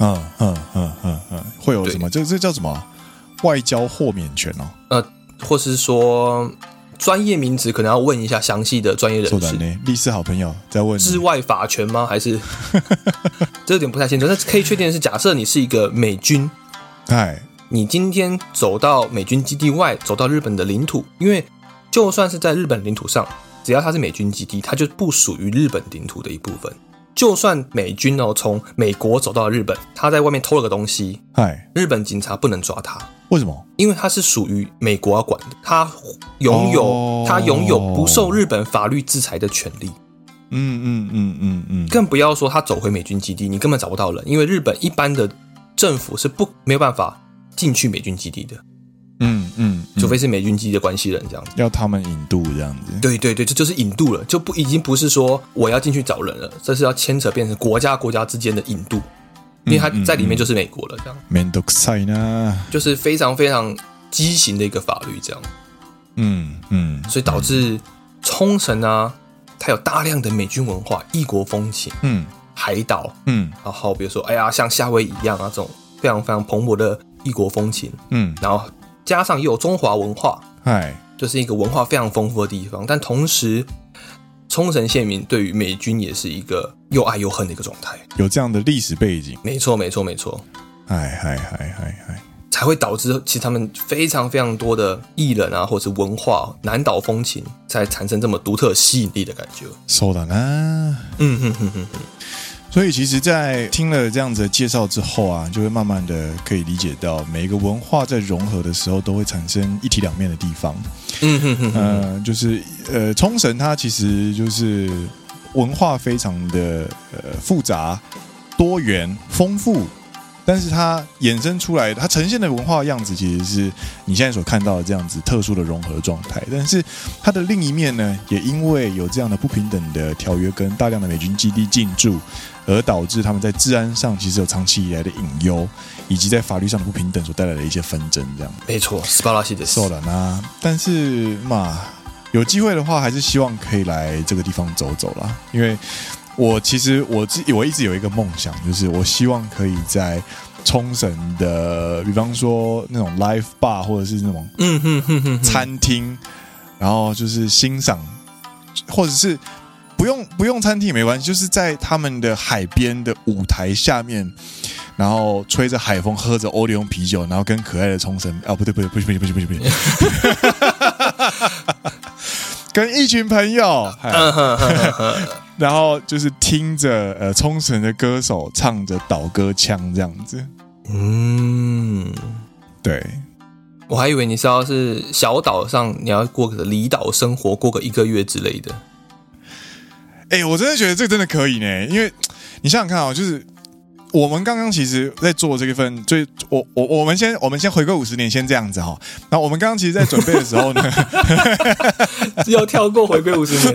[SPEAKER 1] 嗯嗯嗯嗯嗯，会有什么？这这叫什么？外交豁免权哦，
[SPEAKER 2] 呃，或是说专业名词可能要问一下详细的专业
[SPEAKER 1] そう
[SPEAKER 2] 人
[SPEAKER 1] だ
[SPEAKER 2] 士。
[SPEAKER 1] ね。律师好朋友在问你，
[SPEAKER 2] 治外法权吗？还是 这有点不太清楚？但是可以确定的是，假设你是一个美军，
[SPEAKER 1] 哎，
[SPEAKER 2] 你今天走到美军基地外，走到日本的领土，因为就算是在日本领土上，只要它是美军基地，它就不属于日本领土的一部分。就算美军哦从美国走到日本，他在外面偷了个东西，
[SPEAKER 1] 哎，
[SPEAKER 2] 日本警察不能抓他，
[SPEAKER 1] 为什么？
[SPEAKER 2] 因为他是属于美国要管的，他拥有
[SPEAKER 1] 哦
[SPEAKER 2] 他拥有不受日本法律制裁的权利。
[SPEAKER 1] 嗯嗯嗯嗯嗯，
[SPEAKER 2] 更不要说他走回美军基地，你根本找不到人，因为日本一般的政府是不没有办法进去美军基地的。
[SPEAKER 1] 嗯嗯，嗯
[SPEAKER 2] 除非是美军基地的关系人这样子。
[SPEAKER 1] 要他们引渡这样子。
[SPEAKER 2] 对对对，这就是引渡了，就不已经不是说我要进去找人了，这是要牵扯变成国家国家之间的引渡，因为他
[SPEAKER 1] 嗯
[SPEAKER 2] 在里面就是美国了，这样
[SPEAKER 1] 面倒くさいな。
[SPEAKER 2] 就是非常非常畸形的一个法律，这样，
[SPEAKER 1] 嗯嗯
[SPEAKER 2] 所以导致冲绳啊，它有大量的美军文化、异国风情、
[SPEAKER 1] 嗯
[SPEAKER 2] 海岛，
[SPEAKER 1] 嗯
[SPEAKER 2] 然后比如说哎呀，像夏威夷一样啊，这种非常非常蓬勃的异国风情，
[SPEAKER 1] 嗯，
[SPEAKER 2] 然后加上又有中华文化，
[SPEAKER 1] 哎，
[SPEAKER 2] 就是一个文化非常丰富的地方，但同时，冲绳县民对于美军也是一个又爱又恨的一个状态。
[SPEAKER 1] 有这样的历史背景，
[SPEAKER 2] 没错，没错，没错，
[SPEAKER 1] 哎哎哎哎哎，
[SPEAKER 2] 才会导致其实他们非常非常多的艺人啊，或者是文化南岛风情，才产生这么独特吸引力的感觉。
[SPEAKER 1] 啊
[SPEAKER 2] 嗯
[SPEAKER 1] そうだな。
[SPEAKER 2] 嗯哼哼哼，
[SPEAKER 1] 所以其实，在听了这样子的介绍之后啊，就会慢慢的可以理解到，每一个文化在融合的时候，都会产生一体两面的地方。
[SPEAKER 2] 嗯哼哼哼，
[SPEAKER 1] 呃，就是呃，冲绳它其实就是呃文化非常的呃复杂、多元、丰富，但是它衍生出来，它呈现的文化样子其实是你现在所看到的这样子特殊的融合状态。但是它的另一面呢，也因为有这样的不平等的条约跟大量的美军基地进驻，而导致他们在治安上其实有长期以来的隐忧，以及在法律上的不平等所带来的一些纷争，这样。
[SPEAKER 2] 没错，斯巴拉西的
[SPEAKER 1] 受了呢，但是嘛，有机会的话，还是希望可以来这个地方走走啦。因为我其实我自我一直有一个梦想，就是我希望可以在冲绳的，比方说那种 live bar 或者是那种
[SPEAKER 2] 嗯哼哼哼哼，
[SPEAKER 1] 餐厅，然后就是欣赏，或者是不用不用餐厅也没关系，就是在他们的海边的舞台下面，然后吹着海风，喝着欧利翁啤酒，然后跟可爱的冲绳啊，不对不对不行不行不行不行不行，跟一群朋友，哎
[SPEAKER 2] 嗯哼哼哼哼，
[SPEAKER 1] 然后就是听着呃冲绳的歌手唱着岛歌腔这样子，
[SPEAKER 2] 嗯，
[SPEAKER 1] 对，
[SPEAKER 2] 我还以为你是要是小岛上你要过个离岛生活，过个一个月之类的。
[SPEAKER 1] 哎、我真的觉得这个真的可以呢，因为你想想看哦，就是我们刚刚其实在做这一份，最我我我们先我们先回归五十年，先这样子哈、那我们刚刚其实，在准备的时候呢，
[SPEAKER 2] 要跳过回归五十年。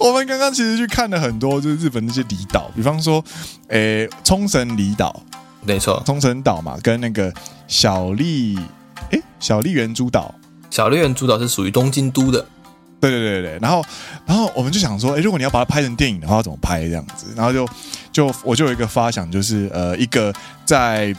[SPEAKER 1] 我们刚刚其实去看了很多就是日本那些离岛，比方说，诶、冲绳离岛、
[SPEAKER 2] 没错，
[SPEAKER 1] 冲绳岛嘛，跟那个小笠，诶、小笠原诸岛，
[SPEAKER 2] 小笠原诸岛是属于东京都的。
[SPEAKER 1] 对对对对对，然后然后我们就想说，哎，如果你要把它拍成电影的话，要怎么拍这样子？然后就就我就有一个发想，就是呃，一个在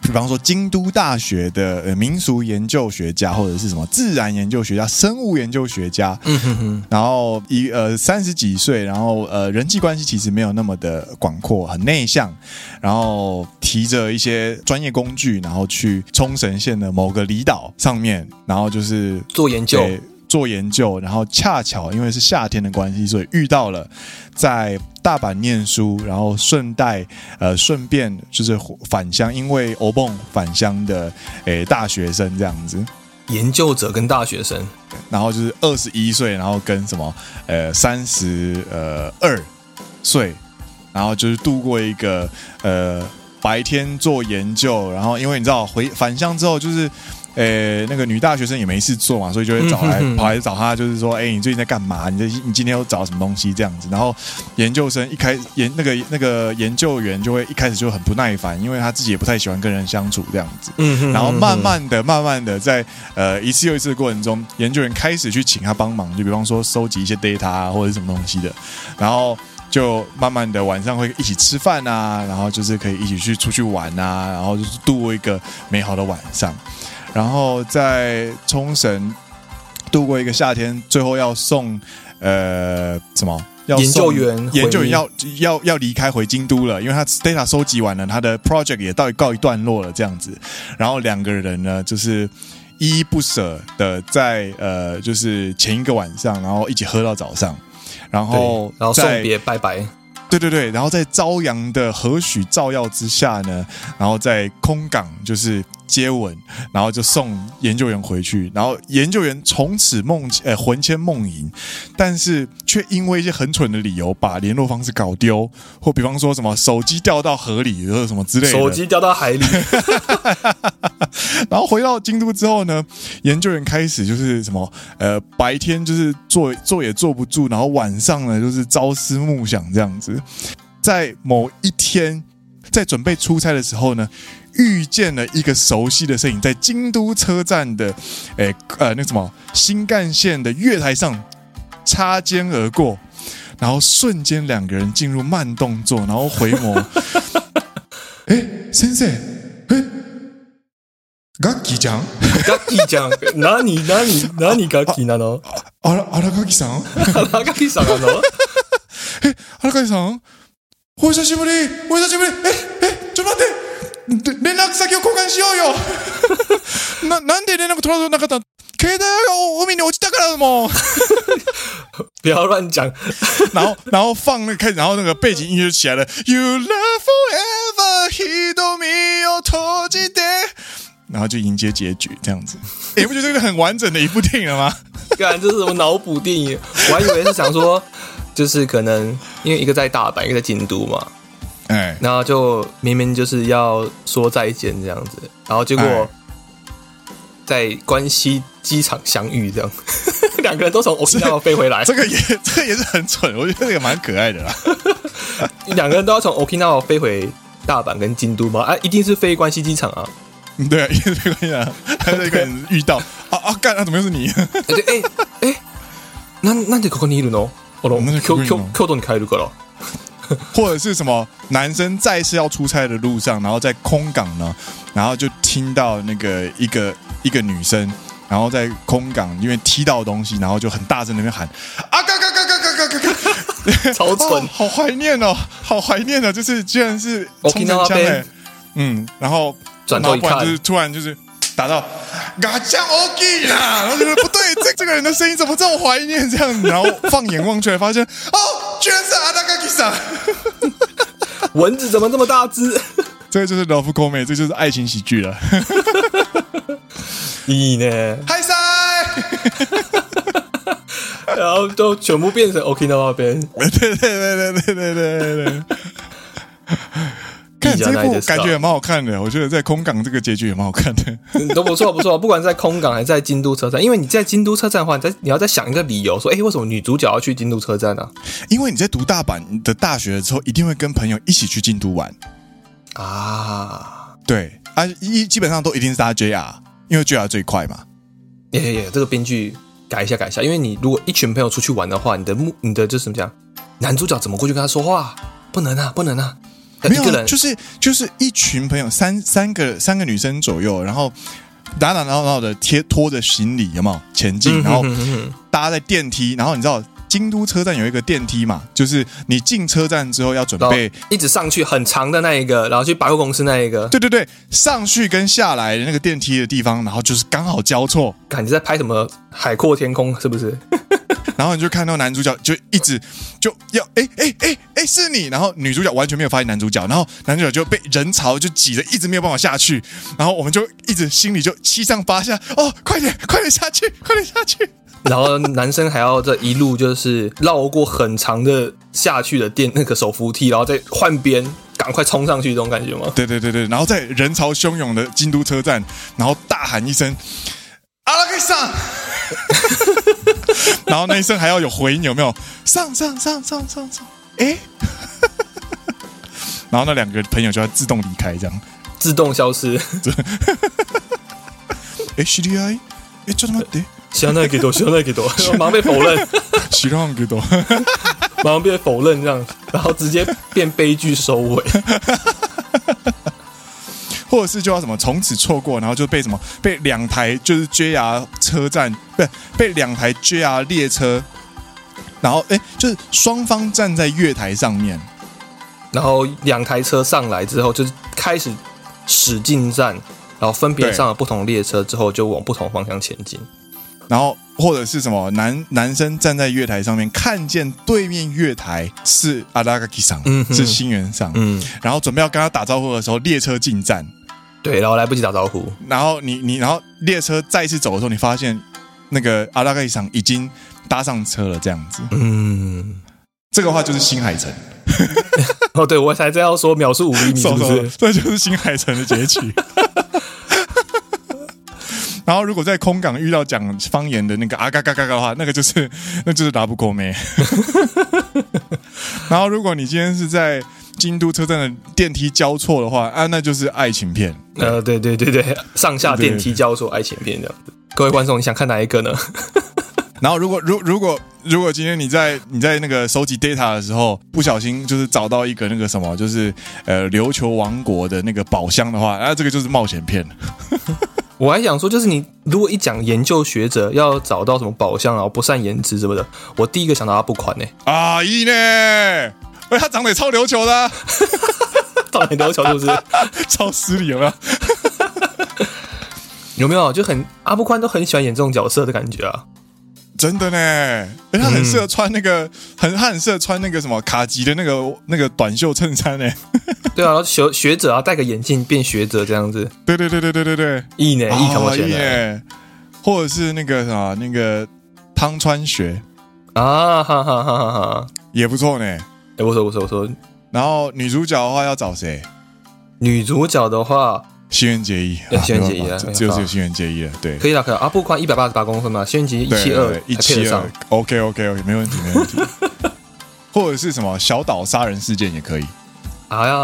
[SPEAKER 1] 比方说京都大学的、呃、民俗研究学家，或者是什么自然研究学家、生物研究学家，
[SPEAKER 2] 嗯哼哼，
[SPEAKER 1] 然后一呃三十几岁，然后呃人际关系其实没有那么的广阔，很内向，然后提着一些专业工具，然后去冲绳县的某个离岛上面，然后就是
[SPEAKER 2] 做研究。
[SPEAKER 1] 对做研究，然后恰巧因为是夏天的关系，所以遇到了在大阪念书，然后顺带呃顺便就是返乡，因为欧蹦返乡的诶大学生这样子，
[SPEAKER 2] 研究者跟大学生，
[SPEAKER 1] 然后就是二十一岁，然后跟什么呃三十呃二岁，然后就是度过一个呃白天做研究，然后因为你知道回返乡之后就是。呃，那个女大学生也没事做嘛，所以就会找来、
[SPEAKER 2] 嗯哼哼
[SPEAKER 1] 跑来找她，就是说，哎，你最近在干嘛？你这你今天又找到什么东西这样子？然后研究生一开研那个那个研究员就会一开始就很不耐烦，因为他自己也不太喜欢跟人相处这样子。
[SPEAKER 2] 嗯哼
[SPEAKER 1] 然后慢慢的、慢慢的在，呃一次又一次的过程中，研究员开始去请他帮忙，就比方说收集一些 data 啊，或者是什么东西的，然后就慢慢的晚上会一起吃饭啊，然后就是可以一起去出去玩啊，然后就是度过一个美好的晚上，然后在冲绳度过一个夏天，最后要送呃什么？要
[SPEAKER 2] 研究
[SPEAKER 1] 送
[SPEAKER 2] 员
[SPEAKER 1] 研究
[SPEAKER 2] 回
[SPEAKER 1] 员要要要离开回京都了，因为他 data 收集完了，他的 project 也到告一段落了，这样子。然后两个人呢，就是依依不舍的在呃，就是前一个晚上，然后一起喝到早上，然
[SPEAKER 2] 对
[SPEAKER 1] 后
[SPEAKER 2] 然后送
[SPEAKER 1] 在
[SPEAKER 2] 别拜拜，
[SPEAKER 1] 对对对，然后在朝阳的和煦照耀之下呢，然后在空港就是接吻，然后就送研究员回去，然后研究员从此梦呃魂牵梦萦，但是却因为一些很蠢的理由把联络方式搞丢，或比方说什么手机掉到河里或者什么之类的，
[SPEAKER 2] 手机掉到海里，
[SPEAKER 1] 然后回到京都之后呢，研究员开始就是什么呃，白天就是坐坐也坐不住，然后晚上呢就是朝思暮想这样子。在某一天，在准备出差的时候呢，遇见了一个熟悉的身影，在京都车站的诶呃那个什么新干线的月台上擦肩而过，然后瞬间两个人进入慢动作，然后回眸， 哎，先生，哎。ガッキーちゃん
[SPEAKER 2] ガキちゃん、哪里哪里哪里ガキなの？
[SPEAKER 1] あら、荒垣さん
[SPEAKER 2] ガキさんなの？
[SPEAKER 1] 荒垣さんお久しぶりお久しぶりえ、え、ちょっと待ってで連絡先を交換しようよな、なんで連絡取らなかった携帯が海に落ちたからだもん
[SPEAKER 2] 不要乱讲。
[SPEAKER 1] 然后然后放那个开始，然后那个背景音乐就起来了，You love forever, he do me your t o j i d 然后就迎接结局这样子。你、不觉得这个很完整的一部电影了吗？
[SPEAKER 2] 干，这是什么脑补电影？我还以为是想说，就是可能因为一个在大阪，一个在京都嘛，
[SPEAKER 1] 哎，
[SPEAKER 2] 然后就明明就是要说再见这样子，然后结果
[SPEAKER 1] 哎
[SPEAKER 2] 在关西机场相遇，这样 两个人都从欧
[SPEAKER 1] 这
[SPEAKER 2] 縄飞回来
[SPEAKER 1] 这，个也这个也是很蠢，我觉得这个蛮可爱的啦。
[SPEAKER 2] 两个人都要从 Okinawa 飞回大阪跟京都嘛，啊，一定是飞关西机场啊。
[SPEAKER 1] 嗯 对啊，因为没关系啊，还有一个人遇到啊啊干，那、怎么又是你？
[SPEAKER 2] でえええなんなんでここにいるの？あら、
[SPEAKER 1] なんでここ
[SPEAKER 2] 京
[SPEAKER 1] にいる
[SPEAKER 2] 京
[SPEAKER 1] の
[SPEAKER 2] 京都に帰るから。
[SPEAKER 1] 或者是什么男生再次要出差的路上，然后在空港呢，然后就听到那个一个一个女生，然后在空港因为踢到东西，然后就很大声地那边喊啊嘎嘎嘎嘎嘎嘎嘎嘎，
[SPEAKER 2] 超
[SPEAKER 1] 哦
[SPEAKER 2] 蠢，
[SPEAKER 1] 好怀念哦，好怀念哦，就是居然是冲绳
[SPEAKER 2] Okinawa
[SPEAKER 1] 腔哎
[SPEAKER 2] band，
[SPEAKER 1] 嗯，然后
[SPEAKER 2] 转
[SPEAKER 1] 然
[SPEAKER 2] 头
[SPEAKER 1] 后
[SPEAKER 2] 一
[SPEAKER 1] 不然就是
[SPEAKER 2] 看，
[SPEAKER 1] 突然就是打到嘎酱 OK 啦，然后觉得不对，这这个人的声音怎么这么怀念这样，然后放眼望去才发现哦，居然是阿达嘎吉桑。
[SPEAKER 2] 蚊子怎么这么大 只？
[SPEAKER 1] 这个就是 love comedy，这就是爱情喜剧了。
[SPEAKER 2] いいね。
[SPEAKER 1] 嗨塞，
[SPEAKER 2] 然后都全部变成 Okinawa 边，
[SPEAKER 1] 对对对对对对对 对。看
[SPEAKER 2] いいじ
[SPEAKER 1] 这
[SPEAKER 2] ゃない
[SPEAKER 1] 部
[SPEAKER 2] ですか
[SPEAKER 1] 感觉也蛮好看的，我觉得在空港这个结局也蛮好看的。
[SPEAKER 2] 嗯都不错不错。不管在空港还是在京都车站，因为你在京都车站的话，你在你要再想一个理由，说，哎，为什么女主角要去京都车站呢、
[SPEAKER 1] 因为你在读大阪的大学的时候，一定会跟朋友一起去京都玩，
[SPEAKER 2] 啊？啊，
[SPEAKER 1] 对啊，一基本上都一定是搭 JR，因为 JR 最快嘛。
[SPEAKER 2] 耶耶耶，这个编剧改一下改一下，因为你如果一群朋友出去玩的话，你的目你的就是怎么讲，男主角怎么过去跟他说话？不能啊，不能啊，
[SPEAKER 1] 没
[SPEAKER 2] 一个
[SPEAKER 1] 有，
[SPEAKER 2] 人
[SPEAKER 1] 就是就是一群朋友，三三个三个女生左右，然后打打闹闹的贴拖着行李，有没有前进？
[SPEAKER 2] 嗯
[SPEAKER 1] 然后搭在电梯，然后你知道京都车站有一个电梯嘛，就是你进车站之后要准
[SPEAKER 2] 然后
[SPEAKER 1] 备，
[SPEAKER 2] 一直上去很长的那一个，然后去百货公司那一个，
[SPEAKER 1] 对对对，上去跟下来的那个电梯的地方，然后就是刚好交错，
[SPEAKER 2] 感觉在拍什么海阔天空是不是？
[SPEAKER 1] 然后你就看到男主角就一直就要哎哎哎哎是你，然后女主角完全没有发现男主角，然后男主角就被人潮就挤得一直没有办法下去，然后我们就一直心里就七上八下，哦，快点快点下去，快点下去，
[SPEAKER 2] 然后男生还要这一路就是绕过很长的下去的电那个手扶梯，然后再换边，赶快冲上去，这种感觉吗？
[SPEAKER 1] 对对对对，然后在人潮汹涌的京都车站，然后大喊一声阿拉克上， 然后那一声还要有回音，有没有？上上上上上上，哎， 然后那两个朋友就要自动离开这样。
[SPEAKER 2] 自动消失。
[SPEAKER 1] え知り合いえちょっと待って
[SPEAKER 2] 知らないけど，知らないけ ど，忙被否认，
[SPEAKER 1] 知らんけど
[SPEAKER 2] 忙被否认这样，然后直接变悲剧收尾。
[SPEAKER 1] 或者是就要什么从此错过，然后就被什么被两台就是 JR 车站不是被两台 JR 列车，然后哎就是双方站在月台上面，
[SPEAKER 2] 然后两台车上来之后，就是开始驶进站，然后分别
[SPEAKER 1] 对
[SPEAKER 2] 上了不同列车之后，就往不同方向前进。
[SPEAKER 1] 然后或者是什么男男生站在月台上面看见对面月台是阿拉卡基桑，
[SPEAKER 2] 嗯哼
[SPEAKER 1] 是新源上，
[SPEAKER 2] 嗯，
[SPEAKER 1] 然后准备要跟他打招呼的时候，列车进站，
[SPEAKER 2] 对，然后来不及打招呼，
[SPEAKER 1] 然后你你然后列车再次走的时候，你发现那个阿拉盖桑已经搭上车了，这样子。
[SPEAKER 2] 嗯，
[SPEAKER 1] 这个话就是新海诚，
[SPEAKER 2] 哦，对我才这样说，秒速五厘米是
[SPEAKER 1] 走
[SPEAKER 2] 不
[SPEAKER 1] 走
[SPEAKER 2] 是？
[SPEAKER 1] 走这就是新海诚的结局。 然后，如果在空港遇到讲方言的那个啊嘎嘎嘎嘎的话，那个就是那就是打不过妹。 然后，如果你今天是在京都车站的电梯交错的话，啊，那就是爱情片。
[SPEAKER 2] 呃，对对对对，上下电梯交错爱情片这样子。各位观众，你想看哪一个呢？
[SPEAKER 1] 然后如果如如果如果今天你在你在那个收集 data 的时候，不小心就是找到一个那个什么，就是呃琉球王国的那个宝箱的话，啊，这个就是冒险片。
[SPEAKER 2] 我还想说，就是你如果一讲研究学者要找到什么宝箱，然后不善言辞什么的，我第一个想到阿布款呢、
[SPEAKER 1] 啊，咦呢？喂，他长得也超琉球的啊、
[SPEAKER 2] 到底多巧是不 是？
[SPEAKER 1] 超失礼有没有？
[SPEAKER 2] 有没有就很阿布宽都很喜欢演这种角色的感觉啊？
[SPEAKER 1] 真的呢，哎，他很适合穿那个，很他很适合穿那个什么卡其的那个那个短袖衬衫呢。
[SPEAKER 2] 对啊，然后学学者啊，戴个眼镜变学者这样子，
[SPEAKER 1] 对对对对对对对，
[SPEAKER 2] いいね，いいかもし
[SPEAKER 1] 哦
[SPEAKER 2] れない
[SPEAKER 1] 耶或者是那个什么那个汤川学
[SPEAKER 2] 啊，哈哈哈哈哈！
[SPEAKER 1] 也不错呢。
[SPEAKER 2] 哎，我说我说我说，
[SPEAKER 1] 然后女主角的话要找谁？
[SPEAKER 2] 女主角的话
[SPEAKER 1] 新垣结衣，
[SPEAKER 2] 对
[SPEAKER 1] 啊
[SPEAKER 2] 新垣结衣
[SPEAKER 1] 没办
[SPEAKER 2] 啊
[SPEAKER 1] 法
[SPEAKER 2] 没办法
[SPEAKER 1] 只有只有新垣结衣了，对。
[SPEAKER 2] 可以啦，可以啦啊，不宽一百八十八公分嘛，轩辕一
[SPEAKER 1] 对
[SPEAKER 2] 七二，
[SPEAKER 1] 一
[SPEAKER 2] 配
[SPEAKER 1] 七
[SPEAKER 2] 得上
[SPEAKER 1] 二。，OK OK OK，没问题没问 题。或者是什么小岛杀人事件也可以，
[SPEAKER 2] 啊呀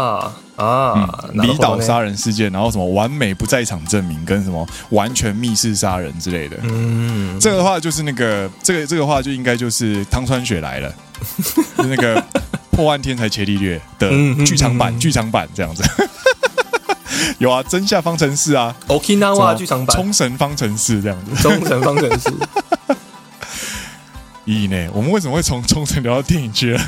[SPEAKER 2] 啊，
[SPEAKER 1] 嗯
[SPEAKER 2] なる
[SPEAKER 1] 离
[SPEAKER 2] ほど
[SPEAKER 1] 岛
[SPEAKER 2] ね
[SPEAKER 1] 杀人事件，然后什么完美不在场证明跟什么完全密室杀人之类的。
[SPEAKER 2] 嗯，
[SPEAKER 1] 这个的话就是那个这个这个话就应该就是汤川雪来 了，就是那个破案天才伽利略的
[SPEAKER 2] 嗯嗯
[SPEAKER 1] 剧场版
[SPEAKER 2] 嗯
[SPEAKER 1] 剧场版这样子。 有啊，真下方程式啊，什么
[SPEAKER 2] Okinawa 剧场版
[SPEAKER 1] 冲绳方程式这样子。
[SPEAKER 2] 中城方程式，
[SPEAKER 1] 咦呢，我们为什么会从冲绳聊到电影去了？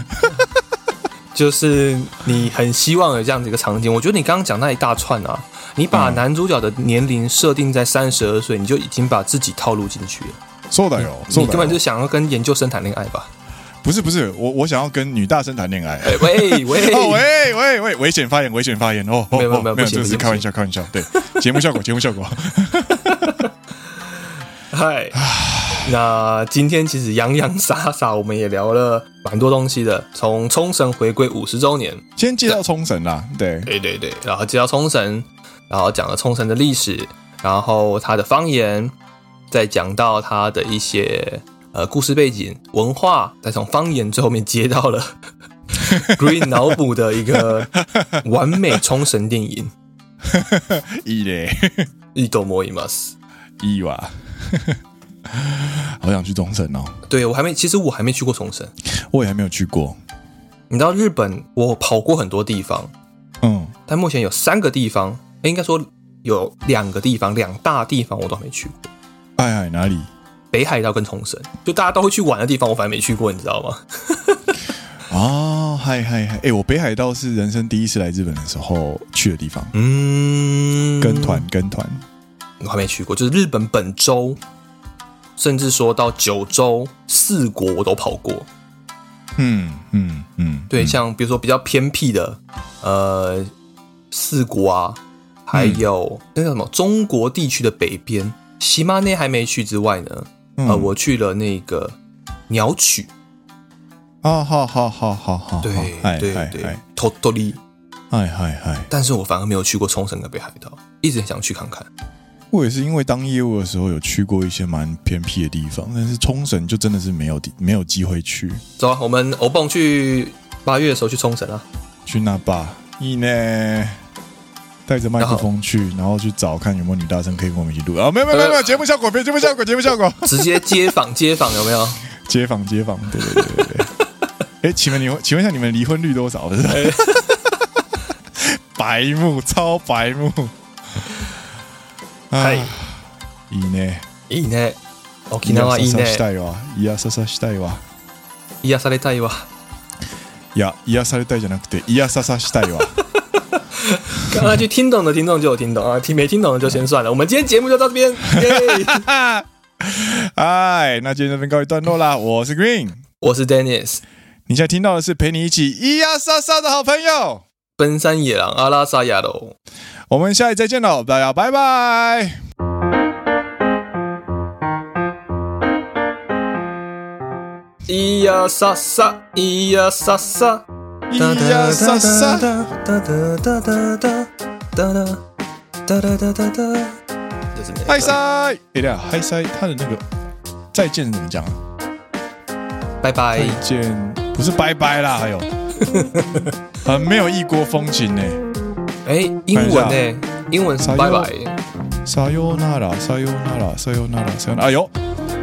[SPEAKER 2] 就是你很希望有这样的一个场景。我觉得你刚刚讲那一大串啊，你把
[SPEAKER 1] 嗯
[SPEAKER 2] 男主角的年龄设定在三十二岁，你就已经把自己套路进去了。
[SPEAKER 1] 说的有，
[SPEAKER 2] 嗯你
[SPEAKER 1] 说的
[SPEAKER 2] 根本就
[SPEAKER 1] 有，
[SPEAKER 2] 想要跟研究生谈恋爱 吧？
[SPEAKER 1] 不是不是，我我想要跟女大生谈恋爱。
[SPEAKER 2] 哎喂
[SPEAKER 1] 哦
[SPEAKER 2] 喂，
[SPEAKER 1] 喂喂喂，危险发言，危险发言哦！哦
[SPEAKER 2] 没有
[SPEAKER 1] 哦
[SPEAKER 2] 没
[SPEAKER 1] 没
[SPEAKER 2] 有不
[SPEAKER 1] 有，
[SPEAKER 2] 行
[SPEAKER 1] 这
[SPEAKER 2] 不
[SPEAKER 1] 是
[SPEAKER 2] 行
[SPEAKER 1] 开玩笑，开玩笑。对，节目效果，节目效果。
[SPEAKER 2] 嗨， 那今天其实洋洋洒洒，我们也聊了蛮多东西的，从冲绳回归五十周年，
[SPEAKER 1] 先介绍冲绳 啦，对，
[SPEAKER 2] 对对对，然后介绍冲绳，然后讲了冲绳的历史，然后它的方言，再讲到它的一些呃故事背景、文化，再从方言最后面接到了 Green 脑补的一个完美冲绳电影
[SPEAKER 1] 一嘞，
[SPEAKER 2] 《一斗摩伊马斯
[SPEAKER 1] 一哇， 好想去冲绳哦，》。
[SPEAKER 2] 对我还没，其实我还没去过冲绳。
[SPEAKER 1] 我也还没有去过。
[SPEAKER 2] 你知道日本，我跑过很多地方，
[SPEAKER 1] 嗯，
[SPEAKER 2] 但目前有三个地方，诶应该说有两个地方，两大地方我都还没去过。
[SPEAKER 1] 哎呀，哪里？
[SPEAKER 2] 北海道跟冲绳，就大家都会去玩的地方，我反正没去过，你知道吗？
[SPEAKER 1] 哦，嗨嗨嗨！哎，我北海道是人生第一次来日本的时候去的地方，
[SPEAKER 2] 嗯，
[SPEAKER 1] 跟团跟团。
[SPEAKER 2] 我还没去过，就是日本本州，甚至说到九州四国我都跑过。
[SPEAKER 1] 嗯嗯嗯，
[SPEAKER 2] 对，像比如说比较偏僻的，呃，四国啊，还
[SPEAKER 1] 嗯
[SPEAKER 2] 有、那叫什么中国地区的北边，喜马内还没去之外呢，
[SPEAKER 1] 嗯
[SPEAKER 2] 呃，我去了那个鸟取，
[SPEAKER 1] 啊，好好好好好，
[SPEAKER 2] 对
[SPEAKER 1] 好哦嗨
[SPEAKER 2] 对
[SPEAKER 1] 嗨
[SPEAKER 2] 对
[SPEAKER 1] 嗨，
[SPEAKER 2] 托托利，
[SPEAKER 1] 嗨嗨嗨！
[SPEAKER 2] 但是我反而没有去过冲绳跟北海道，一直很想去看看。
[SPEAKER 1] 我也是因为当业务的时候有去过一些蛮偏僻的地方，但是冲绳就真的是没有地没有机会去
[SPEAKER 2] 走啊，我们欧蹦去八月的时候去冲 绳啊。
[SPEAKER 1] 去那吧。你呢？带着麦克风去，然后去找看有没有女大生可以跟我们一起录啊！没有没有没有没有，节目效果，别节目效果，节目效果，
[SPEAKER 2] 直接街访街访有没有？
[SPEAKER 1] 街访街访，对对对对对。哎，请问你们，请问一下你们离婚率多少？ 不是？白目，超白目。
[SPEAKER 2] 嗨
[SPEAKER 1] 哎，你呢？
[SPEAKER 2] いいね。沖縄い
[SPEAKER 1] いや
[SPEAKER 2] い
[SPEAKER 1] 刺さした
[SPEAKER 2] ね。
[SPEAKER 1] いわ。いや、刺さしたいわ。
[SPEAKER 2] 癒されたいわ。
[SPEAKER 1] いや、癒されたいじゃなくて、いや、刺さしたいわ。
[SPEAKER 2] 刚啊才去听懂的听众就有听懂啊，听没听懂的就先算了。我们今天节目就到 这边，耶！
[SPEAKER 1] 哎，那今天这边告一段落啦。我是 Green，
[SPEAKER 2] 我是 Dennis，
[SPEAKER 1] 你现在听到的是陪你一起咿呀沙沙的好朋友。
[SPEAKER 2] 奔山野狼阿拉萨亚喽。
[SPEAKER 1] 我们下期再见喽，大家拜拜。
[SPEAKER 2] 咿呀沙沙，咿呀沙沙，
[SPEAKER 1] 咿呀沙沙。
[SPEAKER 2] 哒哒哒哒哒哒哒哒哒哒哒哒，就是那个
[SPEAKER 1] 嗨塞，哎呀，嗨塞，他的那个再见怎么讲啊？
[SPEAKER 2] 拜拜
[SPEAKER 1] 再。见不是拜拜啦，还有，很没有异国风情呢、
[SPEAKER 2] 哎，英文
[SPEAKER 1] 等
[SPEAKER 2] 呢？英文是
[SPEAKER 1] 啥
[SPEAKER 2] 拜
[SPEAKER 1] 用
[SPEAKER 2] 拜。
[SPEAKER 1] さようなら、さようなら、さようなら、さようなら。哎呦，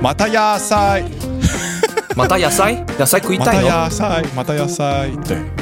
[SPEAKER 1] また野菜，
[SPEAKER 2] 马达亚塞，亚塞亏
[SPEAKER 1] また
[SPEAKER 2] 带哦。
[SPEAKER 1] 野菜，また野菜。对。